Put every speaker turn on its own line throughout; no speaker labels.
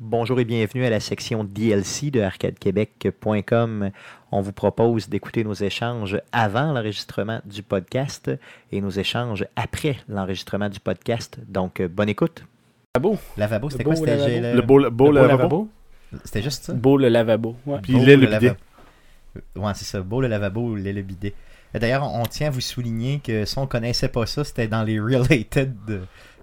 Bonjour et bienvenue à la section DLC de arcadequebec.com. On vous propose d'écouter nos échanges avant l'enregistrement du podcast et nos échanges après l'enregistrement du podcast. Donc, euh, bonne écoute.
Lavabo.
Lavabo, Oh, c'était
Le
quoi?
beau
C'était
lavabo.
j'ai
Le beau, le beau
Le beau
lavabo.
lavabo.
C'était juste ça?
Beau le lavabo. ouais.
Puis
Beau
lait le
lavabo.
bidet.
Ouais, c'est ça. Beau le lavabo, lait le bidet. Et D'ailleurs, on on tient à vous souligner que si on connaissait pas ça, c'était dans les related de,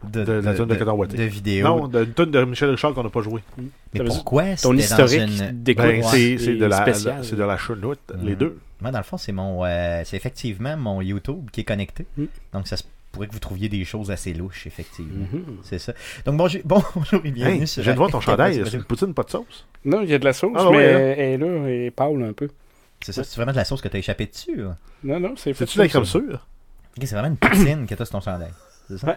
de,
De la tune de Coton Watté.
de vidéos.
Non, d'une tonne de Michel Richard qu'on n'a pas joué.
Mais
ça veut dire-
pourquoi
Ton
c'était dans
historique
une-
d'écoute,
Ben,
ouais,
c'est c'est de
est
la,
spécial.
c'est de la chenoute,
Mhm.
les deux.
Moi, dans le fond, c'est mon, euh, c'est effectivement mon YouTube qui est connecté.
Mm.
Donc, ça se pourrait que vous trouviez des choses assez louches, effectivement.
Mhm.
C'est ça. Donc, bonjour, bonjour et bienvenue
Mm-hmm. Hey, je
sur...
viens de voir ton chandail. C'est
C'est
une poutine, pas de sauce.
Non, il y a de la sauce,
Ah,
mais
ouais,
elle est là et pâle un peu.
ça, c'est vraiment de la sauce que t'as échappé dessus. là.
Non, non, c'est
C'est-tu de
fait
la crème
ça.
sûre?
Ok, c'est vraiment une piscine que t'as sur ton chandail. C'est ça?
Ouais.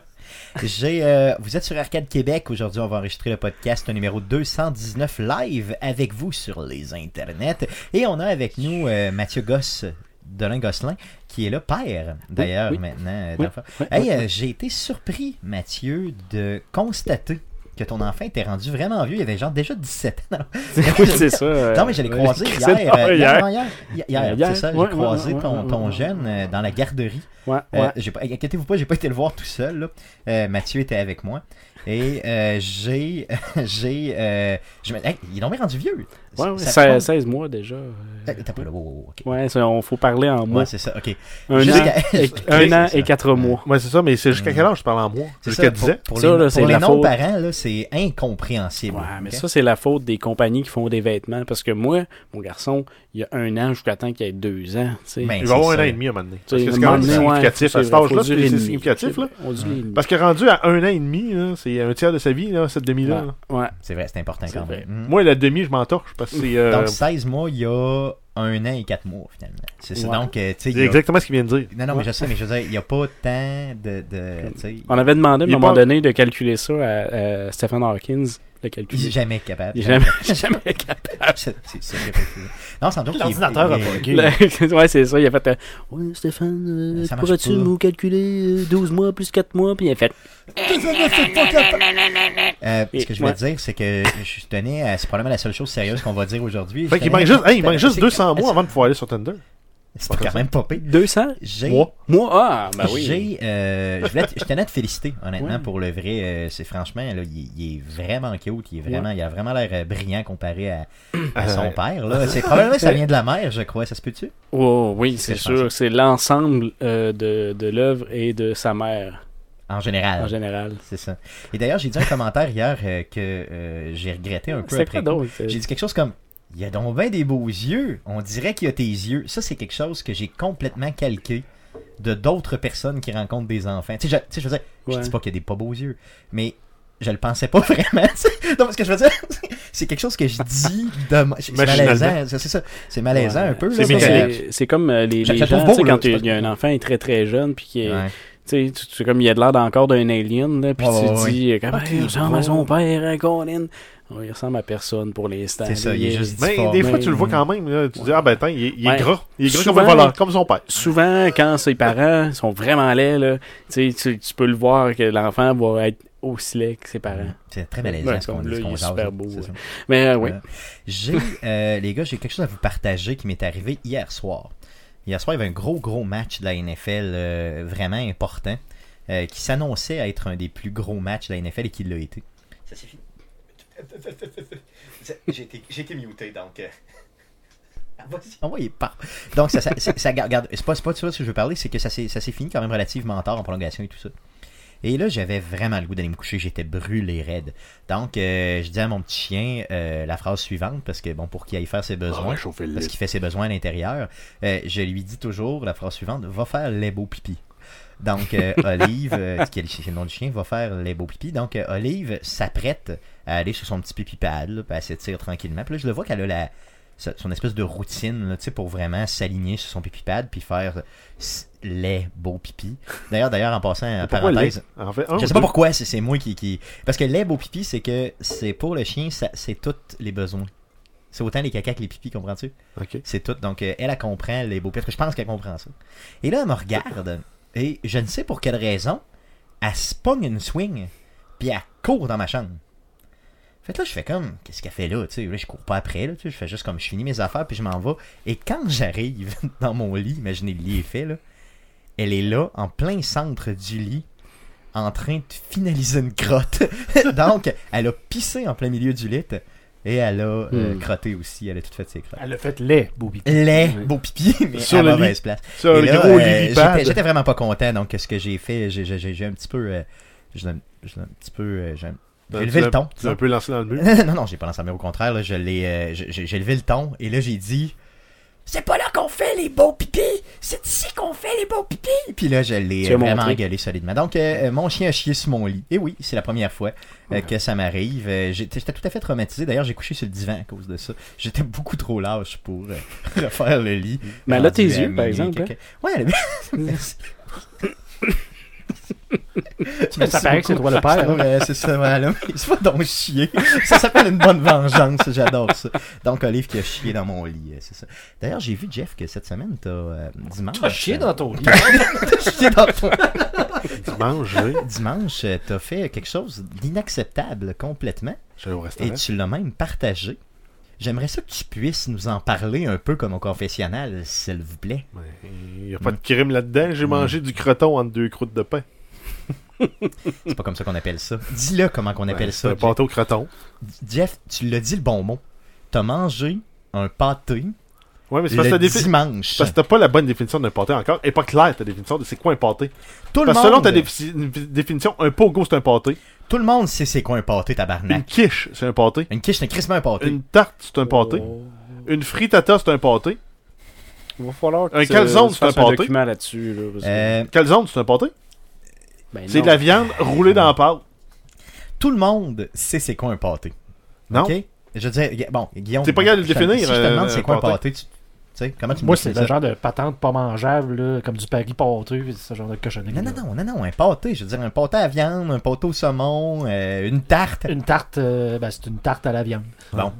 J'ai, euh, vous êtes sur Arcade Québec. Aujourd'hui, on va enregistrer le podcast numéro 219 live avec vous sur les internets. Et on a avec nous euh, Mathieu Gosse, Delin Gosselin, qui est le père, d'ailleurs,
oui.
maintenant. euh,
Oui,
d'enfant.
Ouais,
Hey,
ouais.
euh, j'ai été surpris, Mathieu, de constater que ton enfant était rendu vraiment vieux. Il avait genre déjà 17 ans.
oui, c'est ça. euh,
Non, mais je l'ai
ouais,
croisé
c'est
hier.
ça,
euh, hier,
hier.
non, hier, hier, hier,
Hier,
c'est ça.
ouais,
j'ai croisé
ouais, ouais,
ton,
ouais,
ton
ouais.
jeune euh, dans la garderie.
Ouais,
Euh,
ouais.
j'ai pas- Inquiétez-vous pas, j'ai pas été le voir tout seul. là. Euh, Mathieu était avec moi. Et euh, j'ai. j'ai euh, je me- hey, ils l'ont bien rendu vieux.
Ouais, ouais,
Ça-
seize-
ça-
16 mois déjà. euh,
Euh, t'as pas là, wow, wow, wow, ok.
Ouais, ça, on faut parler en mois.
Ouais, c'est ça, ok.
Un
Jusqu'à-
an et-
Ok,
un an
c'est
et
ça.
4 mois.
Ouais, c'est ça, mais c'est jusqu'à quel âge je parle en moi?
Mm. C'est
Jusqu'à
ça,
10 ans?
pour, pour
Ça, là,
les,
c'est
pour les
la faute.
non-parents, là, c'est incompréhensible.
Ouais, mais
ok?
ça, c'est la faute des compagnies qui font des vêtements. Parce que moi, mon garçon, il y a un an jusqu'à temps qu'il ait deux ans. tu sais.
Ben,
Il
c'est
va avoir un
ça.
an et demi à un moment donné.
Tu
Parce
sais,
que c'est
à un
quand même
moment donné, ouais,
significatif. À
faut
cet âge-là,
dire une
c'est c'est
nuit.
significatif. là.
On dit une nuit.
Parce que rendu à un an et demi, là, c'est un tiers de sa vie, là, cette demi-là. là.
Bah, Ouais, ouais.
C'est vrai, c'est important
C'est
quand
vrai.
même. Mhm.
Moi, la demi, je m'entorche parce que c'est euh,
Donc, 16 mois, il y a un an et 4 mois, finalement. C'est ça.
Ouais.
Donc, euh, tu sais.
c'est
il y a-
exactement ce qu'il vient de dire.
Non, non, mais je sais, mais je veux dire, il n'y a pas tant de. de tu sais,
On avait demandé à un
Il est
moment
pas-
donné de calculer ça à, à Stephen Hawkins, de
il est
calculer.
jamais capable.
Il est jamais, jamais
C'est- c'est- c'est vrai, pas fou. Non, sans doute. qu'il est-
L'ordinateur a
il est-
pas gagné.
capable. ouais, c'est ça. Il a fait. euh, ouais, Stéphane, euh,
Ça marche
pourrais-tu
pas.
nous calculer euh, 12 mois plus 4 mois Puis il a fait.
Euh, ce que je voulais
Ouais.
dire, c'est que je tenais à. C'est probablement la seule chose sérieuse qu'on va dire aujourd'hui.
Fait qu'il
Je tenais-
manque juste, hey, il manque juste
C'est-
200 mois hein. avant de pouvoir aller sur Tinder.
C'est quand même pas pire.
200
J'ai.
Moi.
Moi, ah, bah oui.
J'ai, euh, je, voulais te- je tenais à te féliciter, honnêtement,
Ouais.
pour le vrai. euh, c'est franchement, là, il, il est vraiment cute. Il, est vraiment, il a vraiment l'air euh, brillant comparé à, à
Euh,
son
Ouais.
père. Là. C'est probablement que ça vient de la mère, je crois. Ça se peut-tu?
Oh, oui,
C'est
c'est
ce que je
sûr. C'est l'ensemble euh, de, de l'œuvre et de sa mère
En général.
en général.
C'est ça. Et d'ailleurs, j'ai dit un commentaire hier euh, que euh, j'ai regretté un peu
C'est quoi
après. coup.
d'autre
J'ai dit quelque chose comme Il a donc bien des beaux yeux. On dirait qu'il a tes yeux. Ça, c'est quelque chose que j'ai complètement calqué de d'autres personnes qui rencontrent des enfants. Tu sais, je, tu sais, je veux dire, je
Ouais.
dis pas qu'il y a des pas beaux yeux, mais je le pensais pas vraiment. tu sais. Donc, ce que je veux dire, c'est quelque chose que je dis de. C'est
Machinalement.
malaisant. C'est c'est ça. C'est malaisant
Ouais.
un peu. là,
C'est
mais,
mécanique.
c'est- c'est comme euh, les,
Je-
les
je
gens,
trouve
tu sais,
beau, là,
quand
c'est
il y a
pas-
un enfant il est très très jeune, puis qui est,
Ouais.
Tu sais, tu- tu- comme il a de l'air encore d'un alien, là, puis
Ouais,
tu
ouais, ouais.
dis, euh, comme,
Ok,
Ah, il ressemble à son
bon.
père, hein, Colin. Ouais, il ressemble à personne pour l'instant.
C'est ça,
là,
il est juste-
Mais
Difforme.
Ben, des fois, tu le vois
Mm.
quand même. là. tu dis, ah ben, attends, il est, il est
Ouais.
gras. Il est gras
Souvent,
comme un voleur, comme son père.
Souvent, quand ses parents sont vraiment laids, là, tu, sais, tu, tu peux le voir que l'enfant va être aussi laid que ses parents.
C'est très malaisant
Ouais,
ce qu'on
comme
dit.
là,
ce qu'on
il est
jase,
super
là.
beau,
C'est
ouais.
ça.
Mais euh, oui.
Voilà. J'ai, euh, les gars, j'ai quelque chose à vous partager qui m'est arrivé hier soir. Hier soir, il y avait un gros, gros match de la NFL euh, vraiment important euh, qui s'annonçait à être un des plus gros matchs de la NFL et qui l'a été. Ça suffit. J'ai été, muté, donc... euh, pas. Ah Donc, ça, ça, c'est- ça regarde, c'est pas, c'est pas de ça que je veux parler, c'est que ça s'est ça s'est fini quand même relativement tard en prolongation et tout ça. Et là, j'avais vraiment le goût d'aller me coucher, j'étais brûlé raide. Donc, euh, je dis à mon petit chien euh, la phrase suivante, parce que, bon, pour qu'il aille faire ses besoins,
chauffer
Ah, parce qu'il fait ses besoins à l'intérieur, euh, je lui dis toujours la phrase suivante va faire les beaux pipis. Donc, euh, Olive, euh, qui est le- c'est le nom du chien, va faire les beaux pipis. Donc, euh, Olive s'apprête à aller sur son petit pipi pad, là, puis elle s'étire tranquillement. Puis là, je le vois qu'elle a la, sa- son espèce de routine là, tu sais, pour vraiment s'aligner sur son pipi pad, puis faire euh, s- les beaux pipis. D'ailleurs, d'ailleurs, en passant, en
Pourquoi
parenthèse,
les- En fait, un
je sais
ou
pas
deux.
pourquoi, c'est- c'est moi qui, qui- Parce que lait beau pipi, c'est que c'est pour le chien, ça- c'est tous les besoins. C'est autant les caca que les pipis, comprends-tu?
Ok.
C'est tout. Donc, euh, elle, elle comprend les beaux pipis. Parce que je pense qu'elle comprend ça. Et là, elle me regarde, et je ne sais pour quelle raison, elle se pogne une swing, puis elle court dans ma chambre. Fait Fait que là, je fais comme, qu'est-ce qu'elle fait là? Tu sais, là, je cours pas après, là, tu sais, je fais juste comme, je finis mes affaires, puis je m'en vais. Et quand j'arrive dans mon lit, imaginez le lit est fait, là, elle est là, en plein centre du lit, en train de finaliser une crotte. Donc, elle a pissé en plein milieu du lit, et elle a euh,
Hmm.
crotté aussi, elle a tout fait ses crottes.
Elle a fait les Bobby.
Les
Oui.
beaux pipis, mais
Sur
à
le lit.
mauvaise place.
Ça,
Et
le
là,
gros
euh,
lily
j'étais,
pad.
j'étais vraiment pas content, donc ce que j'ai fait, j'ai, j'ai- j'ai- j'ai un petit peu. euh, j'ai, un, j'ai un petit peu. euh, j'ai, un- j'ai
Tu
levé
l'as-
le ton.
Tu l'as un peu lancé dans le mur.
non, non, j'ai pas lancé la mur, au contraire, là, je l'ai, euh, j'ai, j'ai- j'ai levé le ton, et là j'ai dit. C'est pas là qu'on fait les beaux pipis! C'est ici qu'on fait les beaux pipis! Puis là, je l'ai
Tu as
euh, vraiment
montré.
engueulé solidement. Donc, euh, euh, mon chien a chié sur mon lit. Et oui, c'est la première fois euh, que ça m'arrive. Euh, j'étais, j'étais tout à fait traumatisé. D'ailleurs, j'ai couché sur le divan à cause de ça. J'étais beaucoup trop large pour euh, refaire Ah, le lit.
Mais elle a tes
Rendu à
yeux, par
minuit,
exemple. hein.
quelques- Ouais, elle a Merci.
Mais ça paraît que c'est toi le
Ouais,
père. hein.
ouais, c'est ça, voilà. C'est pas donc chier. Ça s'appelle une bonne vengeance. J'adore ça. Donc, Olive qui a chié dans mon lit, euh, c'est ça. D'ailleurs, j'ai vu, Jeff, que cette semaine, t'as euh, dimanche.
Tu vas chier
euh,
dans ton lit.
t'as chié dans ton-
Dimanche, oui.
Dimanche, euh, t'as fait quelque chose d'inacceptable complètement
J'allais au restaurant.
et tu l'as même partagé. J'aimerais ça que tu puisses nous en parler un peu comme au confessionnal, s'il vous plaît.
Mais Il n'y a
Mm.
pas de crime là-dedans. J'ai mangé du croton entre deux croûtes de pain.
C'est pas comme ça qu'on appelle ça. Dis-le comment qu'on appelle
Ouais,
ça.
Un
Jeff.
pâteau croton.
Jeff, tu l'as dit le bon mot. T'as mangé un pâté
Ouais, mais c'est parce que
le
la défi-
dimanche.
Parce que t'as pas la bonne définition d'un pâté encore. Et pas claire ta définition de c'est quoi un pâté.
tout, le
Parce que selon
monde,
ta défi- définition, un pogo c'est un pâté.
tout le monde sait c'est quoi un pâté,
Une
tabarnak.
quiche c'est un pâté.
Une quiche, c'est crissement un pâté.
Une tarte c'est un
Oh.
pâté.
Oh.
Une frittata c'est un pâté.
Il va falloir que
Un
tu-
calzone,
tu
c'est un
fasses
pâté.
document là-dessus. là, parce que-
Euh,
Calzone c'est un pâté.
Ben
C'est
non.
de la viande
Eh
roulée dans la pâte.
tout le monde sait c'est quoi un pâté.
Non.
OK? Je veux dire, Gu- bon, Guillaume.
T'es pas capable de
je te-
le définir,
Si je te
euh,
demande
un
c'est quoi un
pâté.
pâté, tu tu sais, comment tu me
Moi,
définis
c'est
ça?
le genre de patente pas mangeable, là, comme du Paris pâteux, ce genre de cochonnerie.
Non, non,
là.
non, non, non, un pâté. Je veux dire, un pâté à viande, un pâté au saumon, euh, une tarte.
Une tarte, euh, ben, c'est une tarte à la viande.
Bon.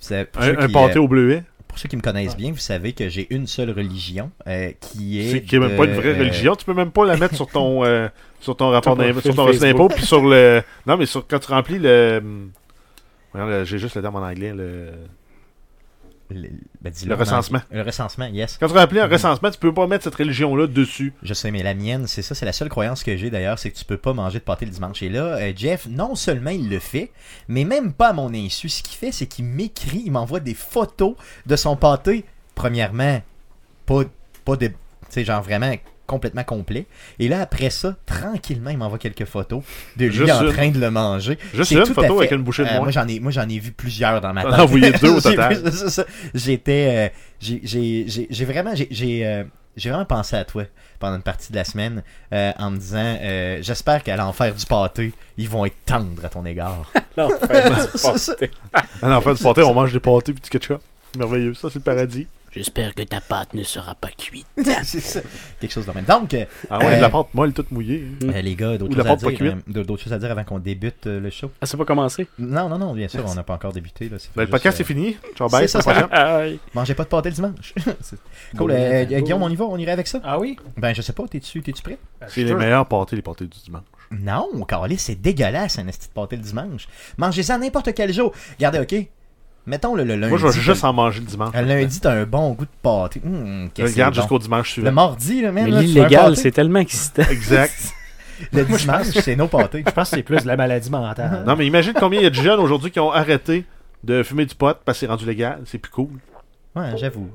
C'est pour ceux
Un, un
qui,
pâté
euh,
au bleuet.
Pour ceux qui me connaissent
Ouais.
bien, vous savez que j'ai une seule religion euh, qui est.
C'est qui est même pas une
de-
vraie
euh,
religion. Tu peux même pas la mettre sur ton euh, sur ton rapport
Ton
d'impôt,
profil
sur ton reçu
Facebook.
d'impôt, puis sur le. Non, mais sur quand tu remplis le. hum, voyons, le- j'ai juste le terme en anglais. Le...
Le, ben, dis-le
Le
en
recensement.
anglais. Le recensement, yes.
Quand tu remplis un
Mhm.
recensement, tu peux pas mettre cette religion-là dessus.
Je sais, mais la mienne, c'est ça. C'est la seule croyance que j'ai d'ailleurs, c'est que tu peux pas manger de pâté le dimanche. Et là, euh, Jeff, non seulement il le fait, mais même pas à mon insu. Ce qu'il fait, c'est qu'il m'écrit, il m'envoie des photos de son pâté. Premièrement, pas, pas de. Tu sais, genre vraiment complètement complet. Et là, après ça, tranquillement, il m'envoie quelques photos de lui
Juste
en
une.
train de le manger.
Juste
C'est
une
tout
photo
à fait-
avec une bouchée de
Euh,
moins.
moi, j'en ai, moi, j'en ai vu plusieurs dans ma
T'en
tête.
as envoyé deux au
J'ai
total.
vu- c'est ça. J'étais, euh, j'ai- j'ai j'ai- j'ai vraiment, j'ai- j'ai euh, j'ai vraiment pensé à toi pendant une partie de la semaine euh, en me disant, euh, j'espère qu'à l'enfer du pâté, ils vont être tendres à ton égard.
Non, fais-
Ça, ça-
Ah non, en fait, du pâté, on mange des pâtés puis du ketchup. Merveilleux, ça c'est le paradis.
J'espère que ta pâte ne sera pas cuite.
C'est ça. Quelque chose de même. Donc, euh,
Ah ouais,
Euh,
de la pâte molle toute mouillée. Ben,
Mm.
euh, les gars, d'autres
Ou de
choses,
la
à
pâte pas
dire, euh, d'autres- d'autres choses à dire avant qu'on débute euh, le show.
Ah, c'est pas commencé?
Non, non, non, bien sûr, on n'a pas encore débuté. Là, c'est
Ben, le
juste,
podcast
euh,
c'est fini. Ciao,
c'est
bye.
ça,
à la
ça-
prochaine.
Aïe.
Mangez pas de pâté le dimanche. C'est- cool. euh,
ben,
euh, Guillaume, on y va, on irait avec ça.
Ah oui?
Ben, je sais pas, t'es-tu t'es-tu prêt?
Ben, C'est les meilleurs pâtés, les pâtés du dimanche.
Non, Carlis, c'est dégueulasse, un esti de pâté le dimanche. Mangez ça n'importe quel jour. Regardez, OK? Mettons le, le lundi.
Moi, je vais
t'as-
juste en manger le dimanche.
Un lundi, t'as un bon goût de pâté. Hum, qu'est-ce que
Regarde
c'est bon.
jusqu'au dimanche
Le
suivant.
mardi, là, même.
Mais
là, tu fais un
l'illégal,
pâté.
c'est tellement excitant.
Exact.
Le dimanche, c'est nos pâtés.
Je pense que c'est plus de la maladie mentale.
Non, mais imagine combien il y a de jeunes aujourd'hui qui ont arrêté de fumer du pot parce que c'est rendu légal. C'est plus cool.
Ouais, j'avoue.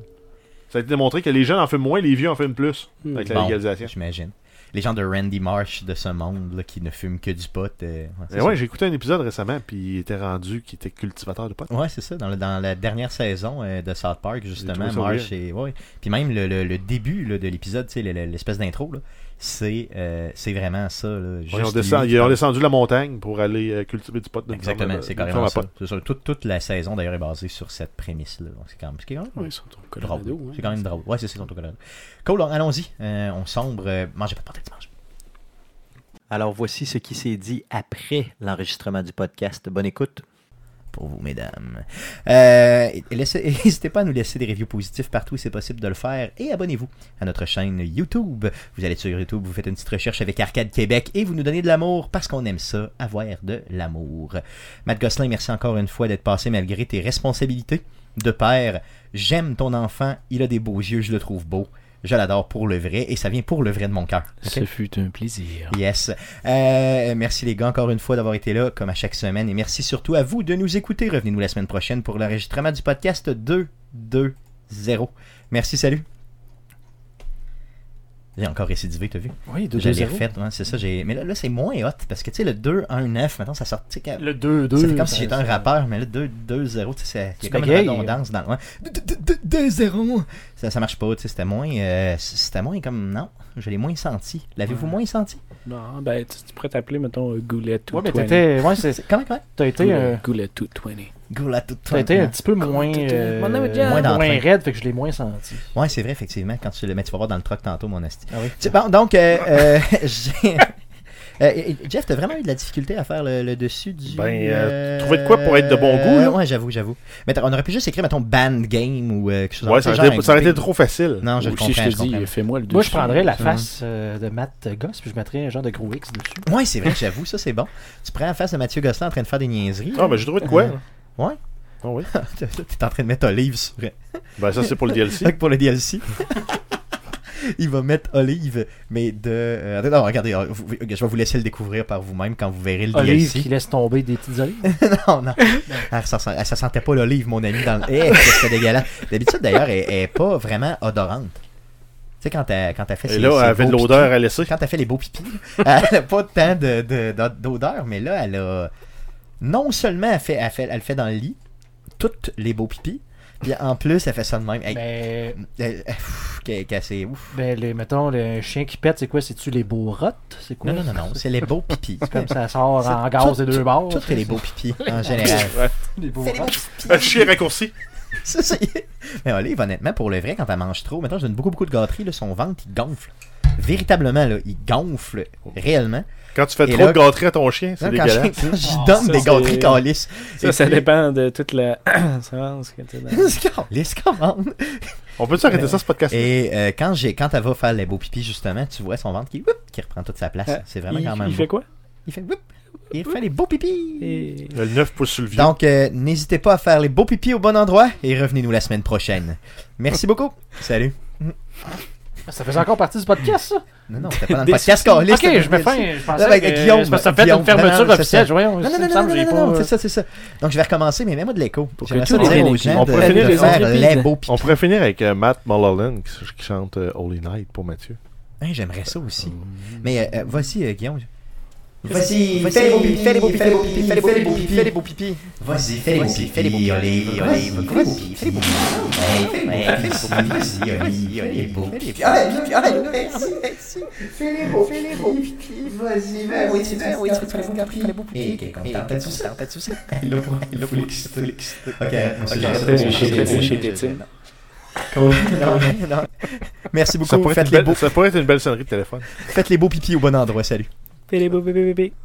Ça a été démontré que les jeunes en fument moins, les vieux en fument plus
Hmm.
avec la
Bon,
légalisation.
j'imagine. Les gens de Randy Marsh de ce monde, là, qui ne fument que du pot. euh, ouais, c'est ça.
Mais Eh ouais, j'ai écouté un épisode récemment, puis il était rendu qu'il était cultivateur de pot.
Ouais, c'est ça. Dans, le- dans la dernière saison euh, de South Park, justement,
trouvé ça
Marsh et. Ouais. Puis même le, le- le début là, de l'épisode, tu sais, le- le- l'espèce d'intro, là, c'est euh, c'est vraiment ça. Là,
Ouais,
Juste
on descend-
lui qui
ils ont
parle.
descendu la montagne pour aller euh, cultiver du pot. d'une ferme
Exactement,
à-
c'est
d'une ferme
carrément
à
ça.
pot.
C'est ça. Toute, toute la saison, d'ailleurs, est basée sur cette prémisse-là. Donc, c'est quand même, c'est quand même
Ouais, ils sont au
drôle.
Colorado, hein.
C'est quand même drôle. Ouais, c'est ça, ton Colorado. Cool, alors, allons-y. Euh, on sombre. euh, mangez pas de pâté dimanche.
Alors voici ce qui s'est dit après l'enregistrement du podcast. Bonne écoute.
pour vous, mesdames. Euh, laissez- N'hésitez pas à nous laisser des reviews positifs partout où c'est possible de le faire et abonnez-vous à notre chaîne YouTube. Vous allez sur YouTube, vous faites une petite recherche avec Arcade Québec et vous nous donnez de l'amour parce qu'on aime ça, avoir de l'amour. Matt Gosselin, merci encore une fois d'être passé malgré tes responsabilités de père. J'aime ton enfant, il a des beaux yeux, je le trouve beau. Je l'adore pour le vrai et ça vient pour le vrai de mon cœur. Ok?
Ce fut un plaisir.
Yes. Euh, merci les gars encore une fois d'avoir été là comme à chaque semaine et merci surtout à vous de nous écouter. Revenez-nous la semaine prochaine pour l'enregistrement du podcast 2-2-0. Merci, salut. J'ai encore récidivé, t'as vu?
Oui,
Je l'ai
2-2-0.
refait, ouais, c'est ça. J'ai... Mais là, là, c'est moins hot parce que tu sais, le 2-1-9, maintenant ça sort. tu sais, quand-
Le euh, 2-2.
ça fait comme si
ça-
j'étais un rappeur, mais là, 2-0, tu sais, c'est
Tu
comme une
bégayes.
redondance dans le. ouais. 2-0, ça, ça marche pas, tu sais, c'était moins. euh, c'était moins comme. Non, je l'ai moins senti. L'avez-vous
Ouais.
moins senti?
Non, ben, tu, tu pourrais t'appeler, mettons, euh, Goulet tout
Ouais, mais t'étais. Ouais, c'est- c'est-
Comment, comment?
t'as été, euh,
Goulet tout 20.
Goula tout
t'as été un petit peu moins. euh,
Mon nom est John.
Moins
moins
d'entrain.
raide, fait que je l'ai moins senti.
Ouais, c'est vrai, effectivement. Quand tu le mets, tu vas voir dans le truck tantôt, mon asti.
Ah oui.
Tu- Bon, donc, euh, euh, j'ai- euh, Jeff, t'as vraiment eu de la difficulté à faire le, le dessus du.
Ben, euh, trouver de quoi pour être de bon goût, là?
Ouais, j'avoue, j'avoue. Mais t'as- on aurait pu juste écrire, mettons, band game ou euh, quelque chose
Ouais,
comme
ça
ça.
aurait
genre
été- ça aurait
un-
été trop facile.
Non, je le
si
comprends.
je
Je
te dis,
comprends.
fais-moi le dessus.
Moi, je prendrais la
ça.
face euh, de Matt Goss, puis je mettrais un genre de gros X dessus.
euh,
Ouais, c'est vrai, j'avoue, ça c'est bon. Tu prends en face de Mathieu Gosselin en train de faire des niaiseries.
Ah, ben j'ai trouvé de quoi. là.
Ouais.
Ah oui.
T'es en train de mettre Olive sur.
Ben ça, c'est pour le DLC.
Fait que pour le DLC. Il va mettre Olive, mais de. euh, attends, non, regardez, euh, vous- vous- je vais vous laisser le découvrir par vous-même quand vous verrez le
Olive
DLC.
qui laisse tomber des petites olives.
non, non. Ah, ça, sent- ça sentait pas l'olive, mon ami, dans le. Eh, que c'était dégueulasse. D'habitude, d'ailleurs, elle, elle est pas vraiment odorante. Tu sais, quand elle, quand elle fait
Et là, elle avait de
beaux
l'odeur
pipis-
à laisser.
Quand elle fait les beaux pipis, elle a pas tant de- de- d'o- d'odeur, mais là, elle a. Non seulement elle, fait, elle, fait, elle le fait dans le lit, toutes les beaux pipis, puis en plus, elle fait ça de même. Hey,
Mais,
euh, euh, pff, qu'elle- qu'elle s'est- ouf.
ben, les, mettons, le chien qui pète, c'est quoi C'est-tu les beaux rottes C'est quoi
Non, non, non, non, c'est les beaux pipis.
Comme ça sort en
C'est-
gaz
tout-
des deux
tout-
bords.
Tout est les beaux pipis, en général.
Les beaux
C'est les beaux
rottes.
pipis.
Un chien raccourci.
Ça, c'est- Mais Olive, honnêtement, pour le vrai, quand elle mange trop, maintenant je donne beaucoup, beaucoup de gâteries, là, son ventre, il gonfle. Véritablement, là, il gonfle réellement.
Quand tu fais
Et
trop
là-
de gâteries à ton chien, c'est
Non, quand
dégueulasse.
je- quand j'y
Ah,
donne
ça,
des
c'est-
gâteries calices.
Ça, ça dépend de toute la sens que t'as dans-
Calices, commande.
On peut-tu arrêter ça, ce podcast?
Et euh, quand, j'ai, quand elle va faire les beaux pipis, justement, tu vois son ventre qui, whoop, qui reprend toute sa place.
Ah,
C'est vraiment
il,
quand même.
il fait
beau.
quoi?
il fait, whoop, il fait les beaux pipis.
Et-
Le 9 pouces sur le vieux.
Donc, euh, n'hésitez pas à faire les beaux pipis au bon endroit et revenez-nous la semaine prochaine. Merci beaucoup. Salut.
Ça faisait encore partie du podcast, ça.
Non, non, c'était pas dans le
Des-
podcast qu'on Ah, liste.
ok, je
me
me fais. Je pensais
Là, ben,
que
Guillaume,
c'est parce que ça fait
Guillaume,
une fermeture
non, non,
officielle.
c'est ça.
voyons,
Non, non,
il
non,
me
non,
semble que
non,
j'ai
non, non,
pas- euh,
c'est ça, c'est ça. Donc, je vais recommencer, mais même de l'écho.
Pour que
J'aimerais
tout
ça
le monde
dire
ait
aux
l'écho.
gens
On
de,
pourrait
de
finir les
faire
entreprises.
les beaux
On
pipis.
pourrait finir avec euh, Matt Mulholland qui, qui chante euh, Holy Night pour Mathieu.
Hein, J'aimerais ça aussi. Mais euh, euh, voici, euh, Guillaume.
Voici, fais les beaux pipis, fais les beaux pipis, fais les beaux pipis, fais les beaux pipis, fais les beaux pipis.
Vas-y, fais les beaux pipis, fais les beaux pipis, Olive, Olive, vas-y, fais les beaux pipis. Hey, fais les beaux pipis, vas-y, Olive, les beaux pipis.
Allez, allez, merci, merci. Fais les beaux, fais les beaux pipis. Vas-y, vas-y, vas-y, vas-y, fais les beaux pipis, fais les beaux pipis.
Et quelqu'un t'entend pas de soucis.
Pas de soucis.
Il a pas- il a pas l'excité, l'excité. Ok, on se jette.
J'étais chez Tétine.
Non, non. Merci
Ça
beaucoup.
pourrait, être
Faites
une
les,
belle-
beaux,
ça pourrait être une belle sonnerie de téléphone.
faites les beaux pipis au bon endroit. Salut.
Télé, bou- bou- bou- bou- bou.